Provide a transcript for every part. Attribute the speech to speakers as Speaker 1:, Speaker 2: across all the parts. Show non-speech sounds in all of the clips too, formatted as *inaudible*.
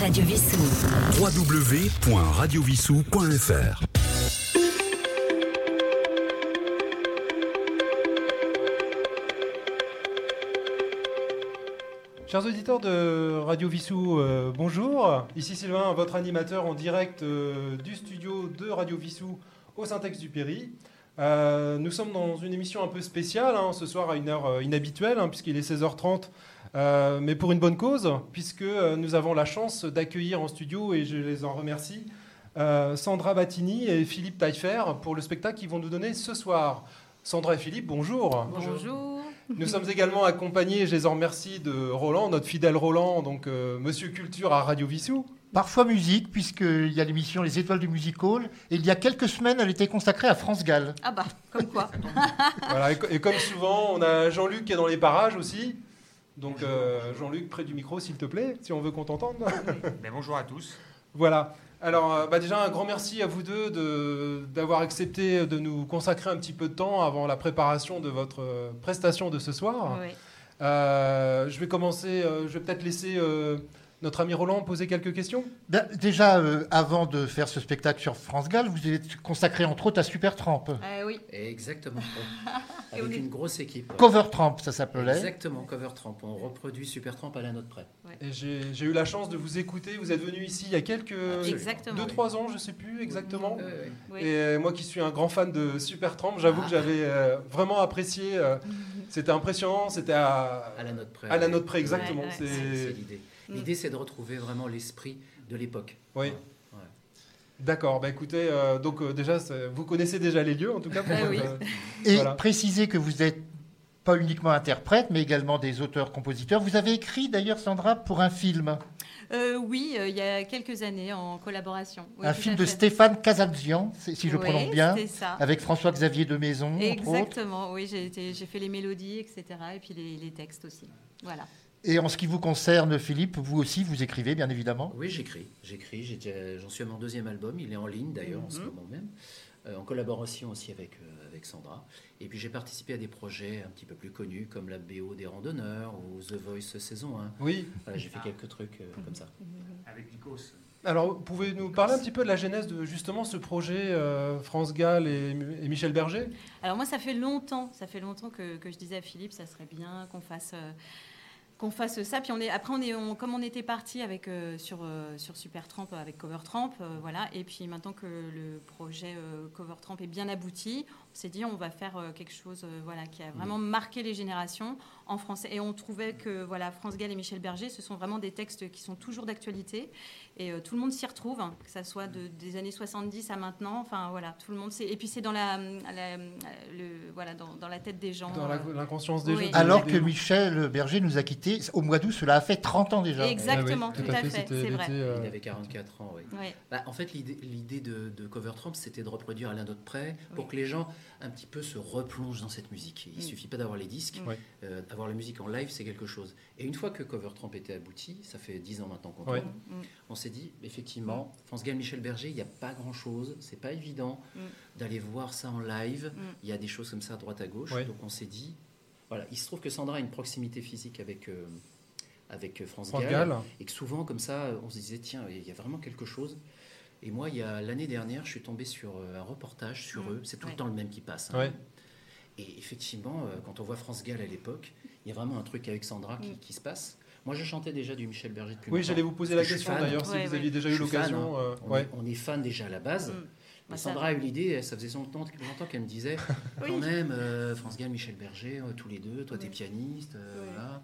Speaker 1: Radio Vissou.
Speaker 2: www.radiovissou.fr
Speaker 3: Chers auditeurs de Radio Vissou, euh, bonjour. Ici Sylvain, votre animateur en direct euh, du studio de Radio Vissou au Syntex-du-Péry. Euh, nous sommes dans une émission un peu spéciale, hein, ce soir à une heure euh, inhabituelle, hein, puisqu'il est 16h30, euh, mais pour une bonne cause, puisque euh, nous avons la chance d'accueillir en studio, et je les en remercie, euh, Sandra Battini et Philippe Taillefer pour le spectacle qu'ils vont nous donner ce soir. Sandra et Philippe, bonjour.
Speaker 4: Bonjour.
Speaker 3: Nous sommes également accompagnés, je les en remercie, de Roland, notre fidèle Roland, donc euh, Monsieur Culture à Radio Vissou.
Speaker 5: Parfois musique, puisqu'il y a l'émission Les Étoiles du Music Hall. Et il y a quelques semaines, elle était consacrée à France Gall.
Speaker 4: Ah bah, comme
Speaker 5: *laughs*
Speaker 4: quoi.
Speaker 3: Voilà, et, co- et comme souvent, on a Jean-Luc qui est dans les parages aussi. Donc euh, Jean-Luc, près du micro, s'il te plaît, si on veut qu'on t'entende.
Speaker 6: Ben, bonjour à tous.
Speaker 3: Voilà. Alors, euh, bah, déjà, un grand merci à vous deux de- d'avoir accepté de nous consacrer un petit peu de temps avant la préparation de votre euh, prestation de ce soir.
Speaker 4: Ouais.
Speaker 3: Euh, je vais commencer, euh, je vais peut-être laisser euh, notre ami Roland poser quelques questions.
Speaker 5: Ben, Déjà, euh, avant de faire ce spectacle sur France Gall, vous êtes consacré entre autres à Super Tramp.
Speaker 4: Ah oui. *laughs*
Speaker 7: Exactement.
Speaker 4: Et on
Speaker 7: Avec
Speaker 4: est-
Speaker 7: une grosse équipe.
Speaker 5: Cover Tramp, ça s'appelait.
Speaker 7: Exactement, Cover Tramp. On reproduit Super Tramp à la note près.
Speaker 3: Et J'ai j'ai eu la chance de vous écouter. Vous êtes venu ici il y a quelques
Speaker 7: Absolument.
Speaker 4: Euh, Exactement.
Speaker 3: deux trois ans, je sais plus exactement.
Speaker 7: Euh,
Speaker 4: Oui. Ah.
Speaker 3: Et euh, moi qui suis un grand fan de Supertramp, j'avoue que j'avais euh, vraiment apprécié. euh, c'était impressionnant, c'était à,
Speaker 7: à la note près.
Speaker 3: à la note près exactement.
Speaker 4: Ouais, ouais.
Speaker 3: C'est-
Speaker 7: C'est c'est l'idée. L'idée, c'est de retrouver vraiment l'esprit de l'époque.
Speaker 3: Oui. D'accord. Bah écoutez, euh, donc euh, déjà, c'est- vous connaissez déjà les lieux en tout cas. pour
Speaker 4: Ah oui.
Speaker 3: votre- euh,
Speaker 5: Et
Speaker 3: Voilà.
Speaker 5: précisez que vous êtes pas uniquement interprète, mais également des auteurs-compositeurs. Vous avez écrit d'ailleurs, Sandra, pour un film.
Speaker 4: Euh, oui, euh, il y a quelques années en collaboration. Oui,
Speaker 5: un
Speaker 4: tout
Speaker 5: film
Speaker 4: à
Speaker 5: de
Speaker 4: fait.
Speaker 5: Stéphane Casabzian, si si je
Speaker 4: Oui,
Speaker 5: prononce bien,
Speaker 4: C'est ça.
Speaker 5: avec François-Xavier de Maison, entre autres.
Speaker 4: Exactement. Oui, j'ai été- j'ai fait les mélodies, etc. Et puis les, les textes aussi. Voilà.
Speaker 5: Et en ce qui vous concerne, Philippe, vous aussi, vous écrivez, bien évidemment.
Speaker 7: Oui, j'écris. J'écris. J'ai déjà- J'en suis à mon deuxième album. Il est en ligne d'ailleurs en ce
Speaker 4: Mhm.
Speaker 7: moment même. Euh, en collaboration aussi avec, euh, avec Sandra. Et puis j'ai participé à des projets un petit peu plus connus comme la BO des randonneurs ou The Voice saison 1.
Speaker 3: Oui.
Speaker 7: Voilà,
Speaker 4: Ah.
Speaker 7: j'ai fait quelques trucs euh, comme ça.
Speaker 6: Avec Nikos.
Speaker 3: Alors, pouvez-vous nous parler un petit peu de la genèse de justement ce projet euh, France Gall et, et Michel Berger
Speaker 4: Alors moi, ça fait longtemps, ça fait longtemps que, que je disais à Philippe, ça serait bien qu'on fasse. euh, qu'on fasse ça, puis on est après on est on- comme on était parti avec euh, sur euh, sur Super Tramp avec Cover Tramp, euh, voilà. Et puis maintenant que le projet euh, Cover Tramp est bien abouti, on s'est dit on va faire euh, quelque chose euh, voilà qui a vraiment
Speaker 3: Mm.
Speaker 4: marqué les générations en français. Et on trouvait que voilà France Gall et Michel Berger, ce sont vraiment des textes qui sont toujours d'actualité et euh, tout le monde s'y retrouve, hein, que ça soit
Speaker 3: Mm.
Speaker 4: de- des années 70 à maintenant. Enfin voilà, tout le monde. sait. Et puis c'est dans la, euh, la- le- voilà dans, dans la tête des gens.
Speaker 3: dans la-
Speaker 4: euh,
Speaker 3: l'inconscience des
Speaker 4: Oui.
Speaker 3: gens
Speaker 5: Alors
Speaker 3: des-
Speaker 5: que
Speaker 3: des-
Speaker 5: Michel Berger nous a quittés au mois d'août, cela a fait 30 ans déjà.
Speaker 4: Exactement,
Speaker 3: Ah oui,
Speaker 4: tout à fait,
Speaker 3: c'était
Speaker 4: c'est vrai.
Speaker 3: l'été, euh,
Speaker 7: Il avait 44 ans, oui.
Speaker 4: Ouais.
Speaker 7: Bah, en fait, l'idée- l'idée de, de Cover Trump, c'était de reproduire à l'un d'autre près pour
Speaker 4: Oui.
Speaker 7: que les gens un petit peu se replongent dans cette musique. Il
Speaker 4: Mm.
Speaker 7: suffit pas d'avoir les disques,
Speaker 3: Oui.
Speaker 7: euh, avoir la musique en live, c'est quelque chose. Et une fois que Cover Trump était abouti, ça fait 10 ans maintenant qu'on
Speaker 3: Oui.
Speaker 7: tourne,
Speaker 4: Mm.
Speaker 7: on s'est dit, effectivement, France Gall, Michel Berger, il n'y a pas grand-chose, c'est pas évident
Speaker 4: Mm.
Speaker 7: d'aller voir ça en live.
Speaker 4: Mm.
Speaker 7: Il y a des choses comme ça à droite à gauche,
Speaker 3: Oui.
Speaker 7: donc on s'est dit, voilà, il se trouve que Sandra a une proximité physique avec, euh, avec euh, France,
Speaker 3: France
Speaker 7: Gall.
Speaker 3: Gall.
Speaker 7: Et que souvent, comme ça, on se disait, tiens, il y a vraiment quelque chose. Et moi, il y a l'année dernière, je suis tombé sur euh, un reportage sur
Speaker 4: Mm.
Speaker 7: eux. C'est tout
Speaker 4: Ouais.
Speaker 7: le temps le même qui passe. hein.
Speaker 3: Ouais.
Speaker 7: Et effectivement, euh, quand on voit France Gall à l'époque, il y a vraiment un truc avec Sandra qui,
Speaker 4: Mm.
Speaker 7: qui se passe. Moi, je chantais déjà du Michel Berger depuis
Speaker 3: Oui,
Speaker 7: longtemps.
Speaker 3: j'allais vous poser la
Speaker 7: Parce que je suis
Speaker 3: question
Speaker 7: fan.
Speaker 3: d'ailleurs si
Speaker 4: Ouais,
Speaker 3: vous
Speaker 4: ouais.
Speaker 3: aviez déjà eu
Speaker 7: Je suis fan,
Speaker 3: l'occasion.
Speaker 7: hein.
Speaker 3: euh,
Speaker 7: On,
Speaker 3: ouais.
Speaker 7: est, on est fan déjà à la base.
Speaker 4: Mm.
Speaker 7: Mais
Speaker 4: Bah, ça-
Speaker 7: Sandra a eu l'idée, elle, ça faisait son temps, longtemps qu'elle me disait
Speaker 4: *laughs* Oui.
Speaker 7: quand même, euh, France Gall, Michel Berger, euh, tous les deux, toi t'es
Speaker 4: Oui.
Speaker 7: pianiste, euh,
Speaker 4: Oui.
Speaker 7: voilà.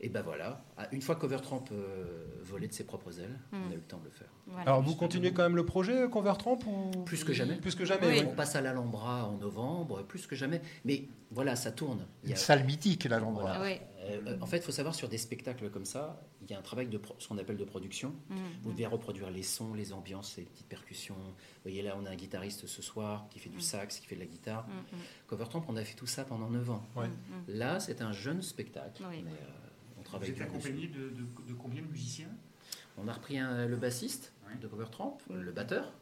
Speaker 7: Et ben voilà, Ah, une fois qu'Overtramp euh, volait de ses propres ailes,
Speaker 4: Mm.
Speaker 7: on a eu le temps de le faire.
Speaker 4: Voilà.
Speaker 3: Alors, vous continuez quand même le projet euh, Convertramp ou
Speaker 7: Plus que jamais.
Speaker 3: Plus que jamais.
Speaker 4: Oui.
Speaker 3: ouais.
Speaker 7: On passe à l'Alhambra en novembre, plus que jamais. Mais voilà, ça tourne. Il y
Speaker 5: Une
Speaker 7: a-
Speaker 5: salle mythique, là, l'endroit.
Speaker 3: Ah
Speaker 7: Voilà.
Speaker 4: Oui.
Speaker 7: Euh, euh, en fait, il faut savoir sur des spectacles comme ça, il y a un travail de pro- ce qu'on appelle de production.
Speaker 4: Mm.
Speaker 7: Vous devez reproduire les sons, les ambiances, les petites percussions. Vous voyez là, on a un guitariste ce soir qui fait du sax, qui fait de la guitare.
Speaker 4: Mm. Mm.
Speaker 7: Covertramp, on a fait tout ça pendant 9 ans.
Speaker 3: Ouais.
Speaker 4: Mm.
Speaker 7: Là, c'est un jeune spectacle.
Speaker 4: Oui.
Speaker 7: mais, euh, on
Speaker 6: Vous
Speaker 7: travaille
Speaker 6: êtes
Speaker 7: dur dessus.
Speaker 6: accompagné de, de- de combien de musiciens
Speaker 7: On a repris un- le bassiste
Speaker 6: Oui.
Speaker 7: de Covertramp,
Speaker 4: *laughs* Mm.
Speaker 7: le batteur,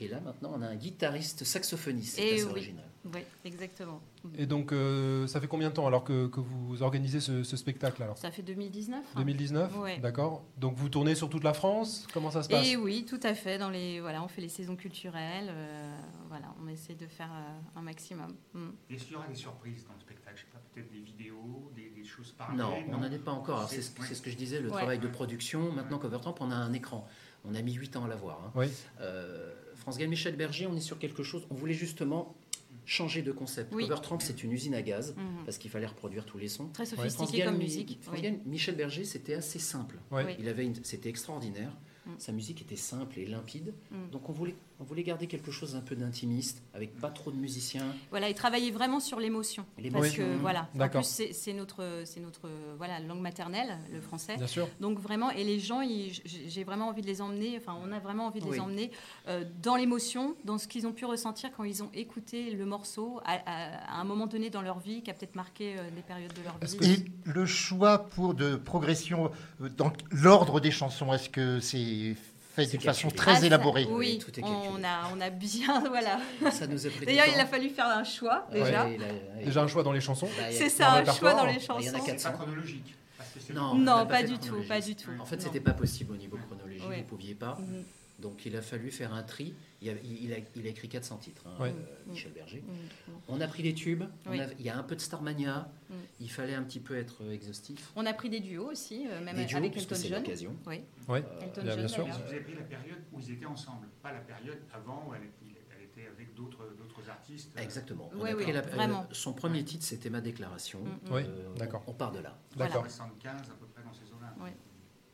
Speaker 7: Et là, maintenant, on a un guitariste saxophoniste. C'est
Speaker 4: Eh
Speaker 7: assez
Speaker 4: oui.
Speaker 7: original.
Speaker 4: Oui, exactement. Mm.
Speaker 3: Et donc, euh, ça fait combien de temps alors que, que vous organisez ce, ce spectacle alors
Speaker 4: Ça fait 2019. hein.
Speaker 3: 2019
Speaker 4: Ouais.
Speaker 3: D'accord. Donc, vous tournez sur toute la France Comment ça se passe
Speaker 4: Et oui, tout à fait. Dans les, voilà, on fait les saisons culturelles. euh, voilà, on essaie de faire euh, un maximum. Mm.
Speaker 6: Est-ce qu'il y aura des surprises dans le spectacle Je sais pas, peut-être des vidéos, des, des choses parallèles
Speaker 7: Non, on n'en est pas encore. Alors, C'est ce,
Speaker 6: Ouais.
Speaker 7: c'est ce que je disais, le
Speaker 4: Ouais.
Speaker 7: travail de production. Maintenant, Covertramp, on a un écran. On a mis 8 ans à l'avoir. hein.
Speaker 3: Oui.
Speaker 7: Euh, France Gall, Michel Berger, on est sur quelque chose. On voulait justement changer de concept.
Speaker 4: Oui.
Speaker 7: Covertramp, c'est une usine à gaz
Speaker 4: Mhm.
Speaker 7: parce qu'il fallait reproduire tous les sons.
Speaker 4: Très
Speaker 7: France
Speaker 4: sophistiqué
Speaker 7: Gall,
Speaker 4: comme
Speaker 7: Mi-
Speaker 4: musique.
Speaker 7: France
Speaker 4: oui.
Speaker 7: Gall, Michel Berger, c'était assez simple.
Speaker 3: Ouais.
Speaker 4: Oui.
Speaker 7: Il avait une- c'était extraordinaire.
Speaker 4: Mm.
Speaker 7: Sa musique était simple et limpide.
Speaker 4: Mm.
Speaker 7: Donc on voulait, on voulait garder quelque chose un peu d'intimiste, avec pas trop de musiciens.
Speaker 4: Voilà, et travailler vraiment sur l'émotion. Parce
Speaker 7: L'émotion.
Speaker 4: que voilà, en
Speaker 3: D'accord.
Speaker 4: plus c'est c'est notre, c'est notre euh, voilà langue maternelle, le français.
Speaker 3: Bien sûr.
Speaker 4: Donc vraiment, et les gens, ils- j'ai j'ai vraiment envie de les emmener. Enfin, on a vraiment envie de
Speaker 7: Oui.
Speaker 4: les emmener euh, dans l'émotion, dans ce qu'ils ont pu ressentir quand ils ont écouté le morceau à, à- à un moment donné dans leur vie, qui a peut-être marqué euh, des périodes de leur
Speaker 3: Est-ce
Speaker 4: vie.
Speaker 5: Et le choix pour de progression euh, dans l'ordre des chansons, est-ce que c'est fait
Speaker 7: C'est
Speaker 5: d'une façon
Speaker 7: calculé.
Speaker 4: Ah,
Speaker 5: très
Speaker 4: ça-
Speaker 5: élaborée
Speaker 7: Oui,
Speaker 4: Oui,
Speaker 7: tout est calculé.
Speaker 4: on a, on a bien, *laughs* voilà.
Speaker 7: Ça nous
Speaker 4: *laughs*
Speaker 7: a pris du
Speaker 4: D'ailleurs, il
Speaker 7: temps.
Speaker 4: a fallu faire un choix
Speaker 7: Ouais,
Speaker 4: déjà.
Speaker 7: il a- il-
Speaker 3: Déjà un choix dans les chansons
Speaker 7: bah, il y a-
Speaker 4: C'est ça, un
Speaker 3: Dans le
Speaker 4: choix dans
Speaker 3: répertoire,
Speaker 4: les
Speaker 7: il y en a
Speaker 4: chansons.
Speaker 7: quatre.
Speaker 6: C'est pas chronologique. parce que c'est-
Speaker 7: Non, on a
Speaker 4: Non,
Speaker 7: pas
Speaker 4: pas
Speaker 7: fait
Speaker 4: du
Speaker 7: de
Speaker 4: tout,
Speaker 7: chronologie.
Speaker 4: pas du tout.
Speaker 7: En fait,
Speaker 4: Non.
Speaker 7: c'était pas possible au niveau chronologique,
Speaker 4: Ouais.
Speaker 7: vous pouviez pas.
Speaker 4: Mhm.
Speaker 7: Donc il a fallu faire un tri. Il, y a, il, il a, il a écrit 400 titres, hein,
Speaker 3: Ouais.
Speaker 7: euh, Michel Berger.
Speaker 4: Mhm.
Speaker 7: On a pris les tubes, on
Speaker 4: Oui.
Speaker 7: a- il y a un peu de Starmania,
Speaker 4: Mm.
Speaker 7: il fallait un petit peu être euh, exhaustif.
Speaker 4: On a pris des duos aussi, euh, même
Speaker 7: Des duos,
Speaker 4: avec
Speaker 7: parce que
Speaker 4: Elton
Speaker 7: c'est
Speaker 4: John.
Speaker 7: l'occasion.
Speaker 4: Oui,
Speaker 3: Oui.
Speaker 7: Euh,
Speaker 4: Elton
Speaker 3: bien-
Speaker 4: John.
Speaker 3: bien sûr.
Speaker 6: Vous
Speaker 4: d'ailleurs.
Speaker 6: avez pris la période où ils étaient ensemble, pas la période avant où elle, il- elle était avec d'autres d'autres artistes. euh,
Speaker 7: Exactement.
Speaker 4: Ouais,
Speaker 7: a
Speaker 4: oui,
Speaker 7: pris la-
Speaker 4: vraiment.
Speaker 7: euh, son premier titre, c'était Ma déclaration.
Speaker 4: Mm, mm.
Speaker 3: Oui,
Speaker 7: Euh,
Speaker 3: d'accord.
Speaker 7: On, on part de là,
Speaker 4: Voilà.
Speaker 3: D'accord.
Speaker 6: 75 à peu près dans ces eaux-là.
Speaker 4: Ouais.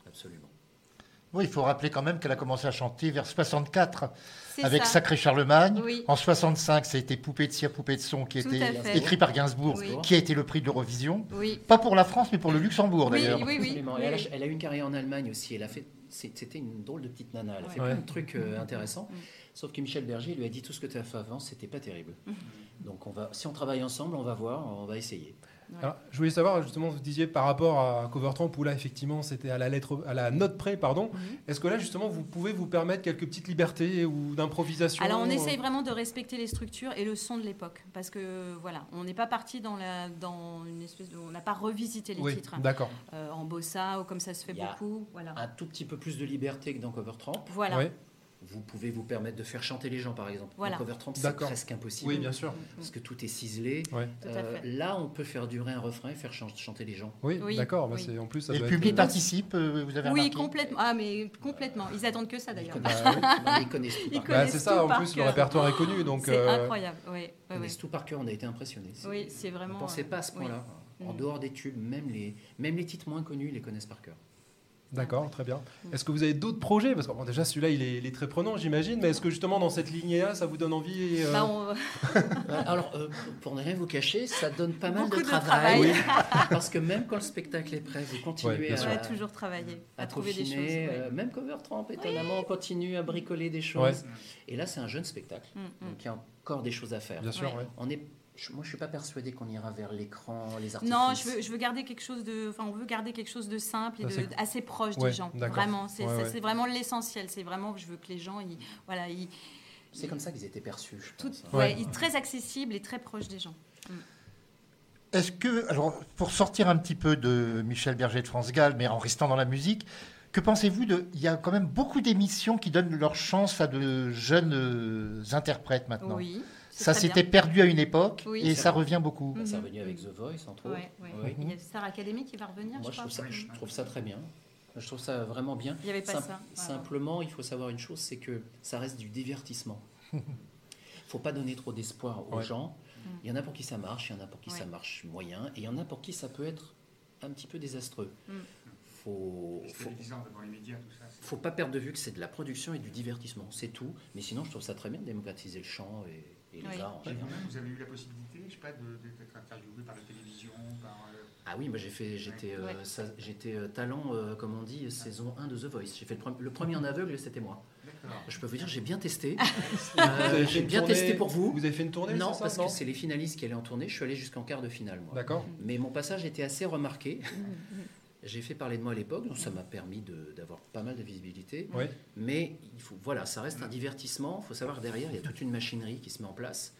Speaker 7: absolument.
Speaker 5: Oui, il faut rappeler quand même qu'elle a commencé à chanter vers 64
Speaker 4: C'est
Speaker 5: avec
Speaker 4: ça.
Speaker 5: Sacré Charlemagne.
Speaker 4: Oui.
Speaker 5: En 65, ça a été Poupée de cire, Poupée de son, qui
Speaker 4: Tout à
Speaker 5: était
Speaker 4: fait.
Speaker 5: écrit par Gainsbourg,
Speaker 4: Oui.
Speaker 5: qui a été le prix de l'Eurovision.
Speaker 4: Oui.
Speaker 5: Pas pour la France, mais pour le Luxembourg
Speaker 4: Oui,
Speaker 5: d'ailleurs.
Speaker 4: oui, oui,
Speaker 7: Absolument.
Speaker 4: oui.
Speaker 7: Et Elle, a, elle a eu une carrière en Allemagne aussi. Elle a fait, c'est- c'était une drôle de petite nana. Elle a fait
Speaker 3: Ouais.
Speaker 7: plein de trucs euh, intéressants.
Speaker 4: Mm.
Speaker 7: Sauf que Michel Berger lui a dit tout ce que tu as fait avant, c'était pas terrible.
Speaker 4: Mm.
Speaker 7: Donc on va, si on travaille ensemble, on va voir, on va essayer.
Speaker 3: Alors, je voulais savoir, justement, vous disiez par rapport à Covertramp, où là, effectivement, c'était à la, lettre, à la note près, pardon.
Speaker 4: Mhm.
Speaker 3: Est-ce que là, justement, vous pouvez vous permettre quelques petites libertés ou d'improvisation
Speaker 4: Alors on
Speaker 3: euh,
Speaker 4: essaye vraiment de respecter les structures et le son de l'époque, parce que voilà, on n'est pas parti dans la dans une espèce de, on n'a pas revisité les
Speaker 3: Oui,
Speaker 4: titres hein,
Speaker 3: d'accord.
Speaker 4: euh, en bossa ou comme ça se fait
Speaker 7: Il y a
Speaker 4: beaucoup, voilà.
Speaker 7: Un tout petit peu plus de liberté que dans Covertramp.
Speaker 4: Voilà.
Speaker 3: Oui,
Speaker 7: Vous pouvez vous permettre de faire chanter les gens, par exemple.
Speaker 4: Voilà.
Speaker 7: Dans Covertramp, c'est
Speaker 3: D'accord.
Speaker 7: presque impossible.
Speaker 3: oui, bien
Speaker 4: Mm.
Speaker 3: sûr.
Speaker 7: Parce que tout est ciselé. Euh,
Speaker 3: Ouais.
Speaker 4: Tout à fait.
Speaker 7: là, on peut faire durer un refrain et faire chan- chanter les gens.
Speaker 3: Oui,
Speaker 4: Oui,
Speaker 3: d'accord. bah,
Speaker 4: oui.
Speaker 3: c'est- en plus, ça
Speaker 5: Et le
Speaker 3: doit
Speaker 5: public
Speaker 3: être-
Speaker 5: participe, euh, vous avez
Speaker 4: Oui,
Speaker 5: remarqué
Speaker 4: complètement. Ah mais complètement. Ils attendent que ça Ah, d'ailleurs.
Speaker 7: Ils
Speaker 4: *laughs*
Speaker 7: connaissent, tout. Non, mais ils connaissent tout
Speaker 4: Ils
Speaker 7: par
Speaker 3: Bah,
Speaker 7: cœur.
Speaker 4: connaissent
Speaker 3: c'est
Speaker 4: tout
Speaker 3: ça, en
Speaker 4: par
Speaker 3: plus, le
Speaker 4: cœur.
Speaker 3: répertoire est connu. Donc,
Speaker 4: C'est
Speaker 3: euh,
Speaker 4: incroyable. Oui,
Speaker 7: Ils
Speaker 4: oui, oui.
Speaker 7: connaissent tout par cœur. On a été impressionnés. C'est-
Speaker 4: Oui, c'est
Speaker 7: On
Speaker 4: vraiment.
Speaker 7: ne pensait
Speaker 4: euh,
Speaker 7: pas à ce
Speaker 4: oui.
Speaker 7: point-là. En
Speaker 4: Mm.
Speaker 7: dehors des tubes, même les, même les titres moins connus, ils les connaissent par cœur.
Speaker 3: D'accord, très bien.
Speaker 4: Mm.
Speaker 3: Est-ce que vous avez d'autres projets Parce que bon, déjà, celui-là, il est, il est très prenant, j'imagine. Mais est-ce que justement, dans cette lignée-là, ça vous donne envie euh,
Speaker 4: Bah, on-
Speaker 7: Alors, euh, pour ne rien vous cacher, ça donne pas mal
Speaker 4: Beaucoup
Speaker 7: de
Speaker 4: de
Speaker 7: travail.
Speaker 4: travail. *laughs*
Speaker 7: parce que même quand le spectacle est prêt, vous
Speaker 3: Ouais,
Speaker 7: continuez
Speaker 3: bien
Speaker 4: on
Speaker 7: à,
Speaker 4: a toujours travaillé
Speaker 7: à
Speaker 4: à trouver des choses.
Speaker 7: peaufiner,
Speaker 4: oui.
Speaker 7: euh, même Cover Trump, étonnamment, on continue à bricoler des choses.
Speaker 3: Ouais.
Speaker 7: Et là, c'est un jeune spectacle.
Speaker 4: Mm, mm.
Speaker 7: Donc, il y a encore des choses à faire.
Speaker 3: Bien sûr,
Speaker 4: Ouais.
Speaker 3: ouais.
Speaker 7: On est, je- moi, je ne suis pas persuadé qu'on ira vers l'écran, les artistes.
Speaker 4: Non, je veux, je veux garder quelque chose de, enfin, on veut garder quelque chose de simple et
Speaker 3: Ça,
Speaker 4: de,
Speaker 3: Bah, c'est-
Speaker 4: assez proche
Speaker 3: Ouais,
Speaker 4: des gens.
Speaker 3: d'accord.
Speaker 4: Vraiment, c'est
Speaker 3: Ouais,
Speaker 4: ça,
Speaker 3: ouais.
Speaker 4: c'est vraiment l'essentiel. C'est vraiment, je veux que les gens, ils, voilà, ils,
Speaker 7: C'est comme ça qu'ils étaient perçus, je
Speaker 4: tout,
Speaker 7: pense. hein.
Speaker 4: ouais,
Speaker 3: Ouais.
Speaker 4: ils- très accessibles et très proches des gens.
Speaker 5: Est-ce que, alors, pour sortir un petit peu de Michel Berger de France Gall, mais en restant dans la musique, que pensez-vous de. Il y a quand même beaucoup d'émissions qui donnent leur chance à de jeunes euh, interprètes maintenant.
Speaker 4: Oui. c'est
Speaker 5: Ça
Speaker 4: très
Speaker 5: s'était
Speaker 4: bien.
Speaker 5: perdu à une époque
Speaker 4: Oui.
Speaker 5: et
Speaker 7: C'est
Speaker 5: ça
Speaker 7: vrai.
Speaker 5: revient beaucoup.
Speaker 7: Bah, C'est
Speaker 4: Mhm.
Speaker 7: revenu avec The Voice, entre autres.
Speaker 4: Ouais, ouais.
Speaker 7: Ouais.
Speaker 3: Mhm.
Speaker 4: Il y a Star Academy qui va revenir,
Speaker 7: Moi,
Speaker 4: je
Speaker 7: je
Speaker 4: crois.
Speaker 7: trouve, ça, je trouve ça très bien. Je trouve ça vraiment bien.
Speaker 4: Il n'y avait pas
Speaker 7: Sim-
Speaker 4: ça. avant.
Speaker 7: Simplement, il faut savoir une chose, c'est que ça reste du divertissement. Il faut pas donner trop d'espoir aux
Speaker 3: Ouais.
Speaker 7: gens.
Speaker 4: Mm.
Speaker 7: Il y en a pour qui ça marche, il y en a pour qui ça
Speaker 4: Ouais.
Speaker 7: marche moyen, et il y en a pour qui ça peut être un petit peu désastreux.
Speaker 4: Mm.
Speaker 7: Faut, faut,
Speaker 6: C'était bizarre devant les médias, tout ça. c'est-
Speaker 7: faut pas perdre de vue que c'est de la production et du divertissement, c'est tout. Mais sinon, je trouve ça très bien de démocratiser le chant et, et les
Speaker 4: Oui.
Speaker 7: arts en
Speaker 6: Et
Speaker 7: général.
Speaker 6: vous-même, vous avez eu la possibilité, je sais pas, de- de- d'être interviewé par la télévision, par. euh,
Speaker 7: Ah oui, moi j'ai fait, j'étais, euh,
Speaker 4: Ouais.
Speaker 7: ça- j'étais euh, talent, euh, comme on dit, saison 1 de The Voice. J'ai fait le, pre- le premier en aveugle, c'était moi.
Speaker 6: D'accord.
Speaker 7: Je peux vous dire, j'ai bien testé. Euh,
Speaker 3: *laughs* Vous avez fait
Speaker 7: j'ai
Speaker 3: une
Speaker 7: bien
Speaker 3: tournée-
Speaker 7: testé pour vous.
Speaker 3: Vous avez fait une tournée
Speaker 7: Non,
Speaker 3: c'est ça
Speaker 7: parce que c'est les finalistes qui allaient en tournée. Je suis allé jusqu'en quart de finale, moi.
Speaker 3: D'accord. *laughs*
Speaker 7: Mais mon passage était assez remarqué. *laughs* J'ai fait parler de moi à l'époque, donc ça m'a permis de- d'avoir pas mal de visibilité.
Speaker 3: Oui.
Speaker 7: Mais il faut, voilà, ça reste un divertissement. Il faut savoir que derrière, il y a toute une machinerie qui se met en place.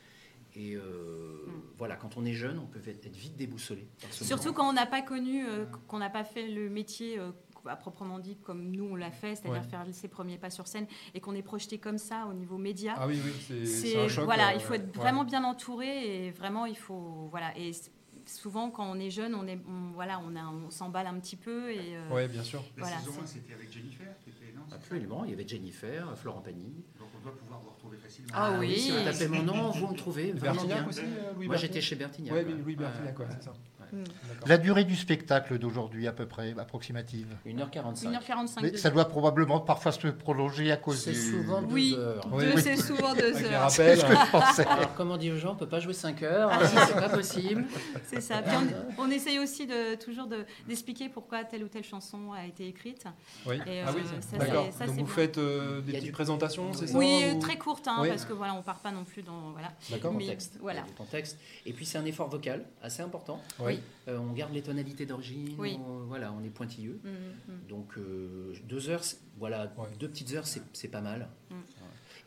Speaker 7: Et euh,
Speaker 3: Mm.
Speaker 7: voilà, quand on est jeune, on peut être vite déboussolé. par ce
Speaker 4: Surtout
Speaker 7: moment.
Speaker 4: quand on n'a pas connu, euh, qu'on n'a pas fait le métier euh, à proprement dit comme nous on l'a fait, c'est-à-dire
Speaker 3: Ouais.
Speaker 4: faire ses premiers pas sur scène et qu'on est projeté comme ça au niveau média.
Speaker 3: Ah oui, oui, c'est-
Speaker 4: C'est-
Speaker 3: c'est un choc.
Speaker 4: voilà,
Speaker 3: euh,
Speaker 4: il faut être
Speaker 3: ouais.
Speaker 4: vraiment bien entouré et vraiment il faut voilà et s- souvent quand on est jeune, on est on- voilà, on a on s'emballe un petit peu et euh,
Speaker 3: Ouais, bien sûr.
Speaker 6: La
Speaker 4: Voilà,
Speaker 6: saison
Speaker 4: c'est-
Speaker 6: 1, c'était avec Jennifer, qui était, non c'est ça
Speaker 7: Absolument, il y avait Jennifer, Florent Pagny.
Speaker 6: Donc on doit pouvoir vous retrouver facilement.
Speaker 4: Ah oui.
Speaker 7: si vous tapez mon nom, vous me trouvez. vraiment bien.
Speaker 3: Bertignac aussi, euh, Louis
Speaker 7: Moi, j'étais chez Bertignac.
Speaker 3: Oui,
Speaker 7: ouais.
Speaker 3: Louis
Speaker 7: Ouais.
Speaker 3: Bertignac, ouais, c'est ça.
Speaker 4: Mm.
Speaker 3: D'accord.
Speaker 5: La durée du spectacle d'aujourd'hui, à peu près, approximative.
Speaker 7: 1h45.
Speaker 4: 1h45
Speaker 5: Mais
Speaker 4: de-
Speaker 5: ça doit probablement parfois se prolonger à cause
Speaker 7: C'est
Speaker 5: du.
Speaker 7: souvent
Speaker 4: du-
Speaker 7: 2
Speaker 4: Oui.
Speaker 7: heures.
Speaker 3: Oui,
Speaker 4: deux,
Speaker 3: oui.
Speaker 4: c'est souvent deux
Speaker 3: Avec les
Speaker 4: heures.
Speaker 5: C'est
Speaker 3: rappels.
Speaker 5: *laughs* ce que je pensais.
Speaker 7: Alors, comme on dit aux gens, on peut pas jouer 5 heures, hein, c'est pas *laughs* possible.
Speaker 4: C'est ça. Puis on, on essaye aussi de toujours de- d'expliquer pourquoi telle ou telle chanson a été écrite.
Speaker 3: Oui.
Speaker 4: Et,
Speaker 3: ah oui,
Speaker 4: euh, ça, c'est-
Speaker 3: d'accord.
Speaker 4: ça,
Speaker 3: Donc
Speaker 4: c'est
Speaker 3: vous
Speaker 4: bien.
Speaker 3: faites euh, des
Speaker 7: Il y a
Speaker 3: petites
Speaker 7: du- euh,
Speaker 3: présentations, c'est ça
Speaker 4: oui,
Speaker 3: ou-
Speaker 4: très courte, hein,
Speaker 3: Oui.
Speaker 4: parce que voilà, on part pas non plus dans voilà.
Speaker 3: D'accord.
Speaker 4: Mais-
Speaker 7: Contexte.
Speaker 4: voilà.
Speaker 7: Il y a du contexte. Et puis, c'est un effort vocal assez important.
Speaker 3: Oui.
Speaker 7: Euh, on garde les tonalités d'origine,
Speaker 4: Oui.
Speaker 7: on- voilà, on est pointilleux.
Speaker 4: Mm, mm.
Speaker 7: Donc, euh, deux heures, c'est- voilà,
Speaker 3: Ouais.
Speaker 7: deux petites heures, c'est c'est pas mal.
Speaker 4: Mm.
Speaker 7: Ouais.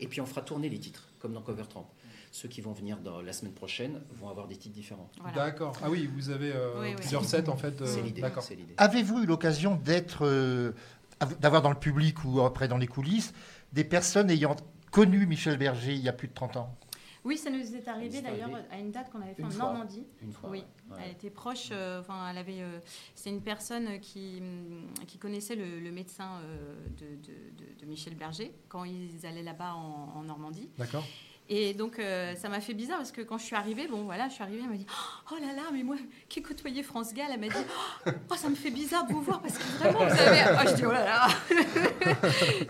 Speaker 7: Et puis, on fera tourner les titres, comme dans Cover Tramp. Ceux qui vont venir dans, la semaine prochaine vont avoir des titres différents.
Speaker 4: Voilà.
Speaker 3: D'accord. Ah oui, vous avez euh,
Speaker 4: Oui, oui.
Speaker 3: plusieurs sets en fait. euh,
Speaker 7: C'est l'idée.
Speaker 3: D'accord.
Speaker 7: c'est
Speaker 4: Ah,
Speaker 7: l'idée.
Speaker 5: Avez-vous eu l'occasion d'être, euh, av- d'avoir dans le public ou après dans les coulisses des personnes ayant connu Michel Berger il y a plus de 30 ans
Speaker 4: Oui, ça nous est arrivé
Speaker 7: Ça nous est
Speaker 4: d'ailleurs
Speaker 7: arrivé.
Speaker 4: à une date qu'on avait fait
Speaker 7: Une
Speaker 4: en
Speaker 7: fois.
Speaker 4: Normandie.
Speaker 7: Une fois.
Speaker 4: Oui,
Speaker 7: ouais. Ouais.
Speaker 4: elle était proche. euh, Enfin, elle avait. euh, c'est une personne qui, hum, qui connaissait le, le médecin euh, de, de- de- de Michel Berger quand ils allaient là-bas en- en Normandie.
Speaker 3: D'accord.
Speaker 4: Et donc, euh, ça m'a fait bizarre parce que quand je suis arrivée, bon voilà, je suis arrivée, elle m'a dit Oh là là, mais moi qui ai côtoyé France Gall, elle m'a dit Oh, ça me fait bizarre de vous voir parce que vraiment, vous avez. Ah, je dis Oh là là *laughs*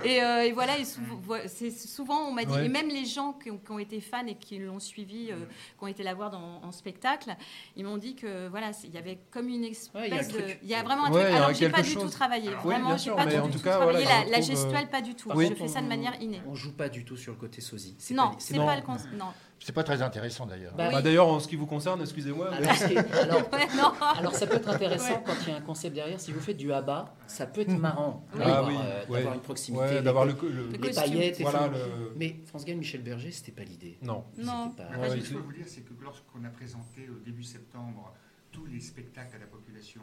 Speaker 4: et, euh, et voilà, et sou- vo- c'est souvent, on m'a dit,
Speaker 3: Ouais.
Speaker 4: et même les gens qui ont, qui ont été fans et qui l'ont suivi, euh, qui ont été la voir dans, en spectacle, ils m'ont dit que voilà, c'est- il y avait comme une espèce
Speaker 7: Ouais, il y a un
Speaker 4: de.
Speaker 7: truc.
Speaker 4: Il y a vraiment un
Speaker 3: Ouais,
Speaker 4: truc.
Speaker 3: il y a
Speaker 4: Alors, j'ai
Speaker 3: quelque
Speaker 4: pas du
Speaker 3: chose.
Speaker 4: tout travaillé.
Speaker 6: Alors,
Speaker 3: oui, bien
Speaker 4: Vraiment, j'ai
Speaker 3: sûr,
Speaker 4: pas
Speaker 3: mais
Speaker 4: du
Speaker 3: en
Speaker 4: tout
Speaker 3: tout cas,
Speaker 4: travaillé.
Speaker 3: voilà,
Speaker 4: la,
Speaker 3: on
Speaker 4: la
Speaker 3: retrouve, euh,
Speaker 4: gestuelle, pas du tout.
Speaker 7: Par
Speaker 3: Oui.
Speaker 4: Je
Speaker 7: contre,
Speaker 4: fais ça de
Speaker 7: on-
Speaker 4: manière innée.
Speaker 7: On joue pas du tout sur le côté sosie. C'est
Speaker 4: Non,
Speaker 7: pas-
Speaker 4: c'est
Speaker 3: non.
Speaker 4: pas le. cons- Non.
Speaker 5: C'est pas très intéressant d'ailleurs.
Speaker 7: Bah Ah,
Speaker 4: Oui.
Speaker 3: Bah, D'ailleurs, en ce qui vous concerne, excusez-moi. mais-
Speaker 7: Alors, c'est-
Speaker 4: *laughs*
Speaker 7: alors-
Speaker 4: Ouais, non.
Speaker 7: alors, ça peut être intéressant
Speaker 4: Ah. Ouais.
Speaker 7: quand il y a un concept derrière. Si vous faites du abat, ça peut être marrant
Speaker 4: Oui.
Speaker 7: d'avoir,
Speaker 3: Ah oui,
Speaker 7: euh,
Speaker 3: ouais.
Speaker 7: d'avoir une proximité,
Speaker 3: Ouais,
Speaker 7: les-
Speaker 3: d'avoir le, co- le-
Speaker 4: Le
Speaker 7: les,
Speaker 4: costume.
Speaker 7: paillettes. et
Speaker 3: Voilà
Speaker 7: tout.
Speaker 3: le.
Speaker 7: Mais France Gall, Michel Berger, c'était pas l'idée.
Speaker 3: Non.
Speaker 4: Non.
Speaker 7: C'était
Speaker 3: Ouais,
Speaker 7: pas-
Speaker 6: Ce
Speaker 3: ouais,
Speaker 6: que je
Speaker 3: c'est-
Speaker 6: peux vous dire, c'est que lorsqu'on a présenté au début septembre tous les spectacles à la population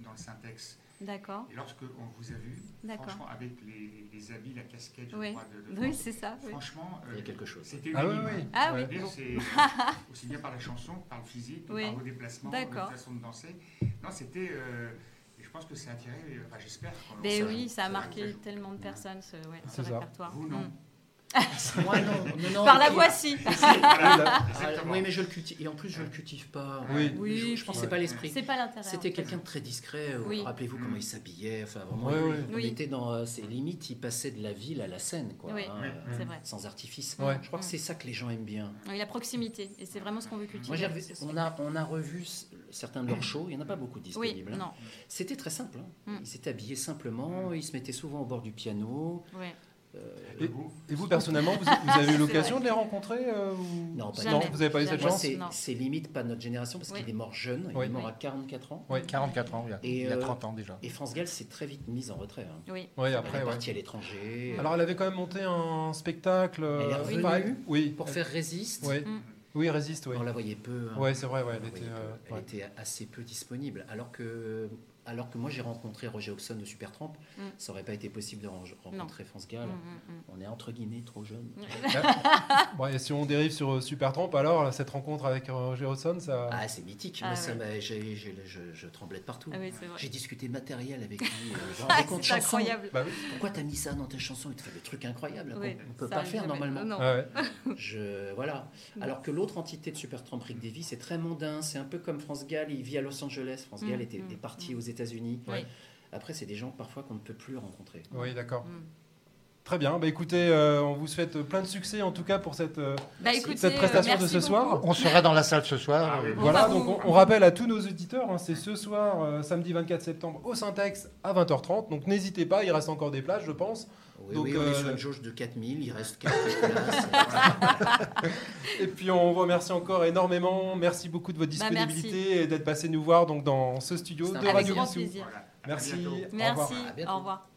Speaker 6: dans le syntaxe,
Speaker 4: D'accord.
Speaker 6: et lorsqu'on vous a vu,
Speaker 4: D'accord.
Speaker 6: franchement, avec les, les habits, la casquette, je
Speaker 4: Oui.
Speaker 6: crois, de, de
Speaker 4: Oui,
Speaker 6: France,
Speaker 4: c'est ça. oui.
Speaker 6: franchement, euh,
Speaker 7: Il y a quelque chose.
Speaker 6: C'était
Speaker 3: Ah oui,
Speaker 6: unanime.
Speaker 3: oui.
Speaker 4: Ah
Speaker 3: Ouais.
Speaker 4: oui.
Speaker 6: D'ailleurs,
Speaker 4: *laughs*
Speaker 6: c'est aussi bien par la chanson, par le physique, que
Speaker 4: Oui.
Speaker 6: par vos déplacements,
Speaker 4: D'accord.
Speaker 6: votre façon de danser. Non, c'était. euh, et je pense que ça a attiré, euh, enfin j'espère. qu'on-
Speaker 4: Ben
Speaker 7: Ça-
Speaker 4: oui, ça a
Speaker 6: va
Speaker 4: marqué
Speaker 6: toujours.
Speaker 4: tellement de personnes, ce, ouais, ce
Speaker 3: C'est ça.
Speaker 4: répertoire.
Speaker 6: Vous, non.
Speaker 4: Mm.
Speaker 7: Ah, Moi, non, non, non,
Speaker 4: Par la
Speaker 7: et-
Speaker 4: voici.
Speaker 6: *laughs* Voilà,
Speaker 7: Ah,
Speaker 6: exactement.
Speaker 7: oui, mais je le cultive. Et en plus, je le cultive pas.
Speaker 3: Oui.
Speaker 4: Oui,
Speaker 7: Je, je pense que
Speaker 3: Ouais.
Speaker 7: c'est pas l'esprit.
Speaker 4: C'est pas l'intérêt. en
Speaker 7: C'était
Speaker 4: fait.
Speaker 7: quelqu'un de très discret. euh,
Speaker 4: Oui.
Speaker 7: Rappelez-vous comment il s'habillait. Enfin, vraiment,
Speaker 3: Mmh. Ouais,
Speaker 7: il-
Speaker 3: ouais.
Speaker 7: on
Speaker 4: Oui.
Speaker 7: était dans euh, ses limites. Il passait de la ville à la scène, quoi.
Speaker 4: Oui.
Speaker 7: hein,
Speaker 6: Oui.
Speaker 7: euh,
Speaker 4: C'est vrai.
Speaker 7: Sans artifice.
Speaker 3: Ouais.
Speaker 7: Je crois que c'est ça que les gens aiment bien.
Speaker 4: Oui, la proximité, et c'est vraiment ce qu'on veut cultiver.
Speaker 7: Moi, j'ai
Speaker 4: avec
Speaker 7: revu-
Speaker 4: ce
Speaker 7: on, a, on a revu s- certains de leurs shows, il n'y en a pas beaucoup
Speaker 4: spectacle. Oui,
Speaker 7: disponibles. hein.
Speaker 4: non. Mmh.
Speaker 7: C'était très simple. hein.
Speaker 4: Mm.
Speaker 7: Ils s'étaient habillés simplement, ils se mettaient souvent au bord du piano.
Speaker 4: ouais.
Speaker 7: euh,
Speaker 3: Et-
Speaker 6: Vous,
Speaker 3: Et vous, personnellement, vous, vous avez eu
Speaker 4: *laughs* C'est
Speaker 3: l'occasion de les rencontrer euh, ou-
Speaker 7: Non, pas
Speaker 4: jamais.
Speaker 3: vous n'avez pas eu cette
Speaker 4: Jamais.
Speaker 7: moi,
Speaker 3: chance
Speaker 7: c'est
Speaker 4: Non.
Speaker 7: c'est limite pas de notre génération parce
Speaker 4: Oui.
Speaker 7: qu'il est mort jeune, il
Speaker 3: Oui.
Speaker 7: est mort
Speaker 4: Oui.
Speaker 7: à 44 ans.
Speaker 3: Oui.
Speaker 5: 44 ans, il y a,
Speaker 7: Et,
Speaker 5: il y a
Speaker 7: euh,
Speaker 5: 30 ans déjà.
Speaker 7: Et France Gall s'est très vite mise en retrait. hein.
Speaker 4: Oui.
Speaker 3: Oui,
Speaker 7: elle
Speaker 3: après,
Speaker 7: est
Speaker 3: ouais.
Speaker 7: partie à l'étranger.
Speaker 3: Alors, elle avait quand même monté un spectacle.
Speaker 7: Elle est
Speaker 3: euh,
Speaker 7: revenue
Speaker 3: pareil. Oui.
Speaker 7: pour faire résiste,
Speaker 3: Oui.
Speaker 4: Mm.
Speaker 3: Oui, résiste, oui.
Speaker 7: on la voyait peu. hein.
Speaker 3: Ouais, c'est vrai, ouais,
Speaker 7: On
Speaker 3: elle
Speaker 7: la
Speaker 3: était.
Speaker 7: voyait peu.
Speaker 3: euh,
Speaker 7: Elle
Speaker 3: ouais.
Speaker 7: était assez peu disponible. Alors que, alors que moi, j'ai rencontré Roger Oxon de Supertramp.
Speaker 4: Mm.
Speaker 7: Ça n'aurait pas été possible de ren- rencontrer France Gall.
Speaker 4: Mm, mm, mm.
Speaker 7: On est entre guillemets trop
Speaker 4: *laughs*
Speaker 7: jeune.
Speaker 3: Bon, et si on dérive sur euh, Supertramp, alors cette rencontre avec euh, Gerson, ça.
Speaker 7: Ah, c'est mythique.
Speaker 4: Ah
Speaker 7: Moi, ça
Speaker 4: ouais.
Speaker 7: m'a- j'ai- j'ai- je, je tremblais de partout.
Speaker 4: Ah oui, c'est vrai.
Speaker 7: J'ai discuté matériel avec lui. euh, genre,
Speaker 4: *laughs* Ah,
Speaker 7: des comptes
Speaker 4: c'est
Speaker 7: chansons.
Speaker 4: incroyable.
Speaker 3: Bah oui.
Speaker 7: Pourquoi t'as mis ça dans tes chansons Il te fait le truc incroyable là,
Speaker 4: Oui,
Speaker 7: qu'on ne peut
Speaker 4: ça
Speaker 7: pas
Speaker 4: arrive
Speaker 7: faire
Speaker 4: jamais.
Speaker 7: normalement.
Speaker 4: Non.
Speaker 3: Ah ouais.
Speaker 7: Je, voilà.
Speaker 4: Mm.
Speaker 7: Alors que l'autre entité de Supertramp Rick Davis, c'est très mondain. C'est un peu comme France Gall. Il vit à Los Angeles. France
Speaker 4: Mm,
Speaker 7: Gall était,
Speaker 4: mm,
Speaker 7: est parti
Speaker 4: mm.
Speaker 7: aux États-Unis.
Speaker 4: Oui.
Speaker 7: Après, c'est des gens parfois qu'on ne peut plus rencontrer.
Speaker 3: Oui, d'accord.
Speaker 4: Mm.
Speaker 3: Très bien. Bah écoutez, euh, on vous souhaite plein de succès en tout cas pour cette, euh,
Speaker 4: Bah, écoutez,
Speaker 3: cette
Speaker 4: euh,
Speaker 3: prestation de
Speaker 4: merci
Speaker 3: ce soir.
Speaker 4: beaucoup.
Speaker 5: On sera dans la salle ce soir.
Speaker 6: Ah oui.
Speaker 5: euh,
Speaker 6: Bon,
Speaker 3: Voilà,
Speaker 4: bah,
Speaker 3: donc
Speaker 4: vous-
Speaker 3: on, on rappelle à tous nos auditeurs, hein, c'est ce soir, euh, samedi 24 septembre, au Syntex à 20h30. Donc n'hésitez pas, il reste encore des places, je pense.
Speaker 7: Oui,
Speaker 3: Donc,
Speaker 7: oui, on est
Speaker 3: euh,
Speaker 7: sur une jauge de 4000. Il reste 4 *laughs* places.
Speaker 3: Et puis on vous remercie encore énormément. Merci beaucoup de votre
Speaker 4: Bah, merci.
Speaker 3: disponibilité et d'être passé nous voir donc, dans ce studio
Speaker 7: C'est un
Speaker 3: de
Speaker 7: plaisir.
Speaker 4: Avec
Speaker 3: Radio
Speaker 4: grand
Speaker 3: Vissou.
Speaker 4: plaisir.
Speaker 6: voilà.
Speaker 8: bientôt.
Speaker 9: Merci. Au revoir.
Speaker 4: Merci.
Speaker 3: À bientôt.
Speaker 4: Au revoir.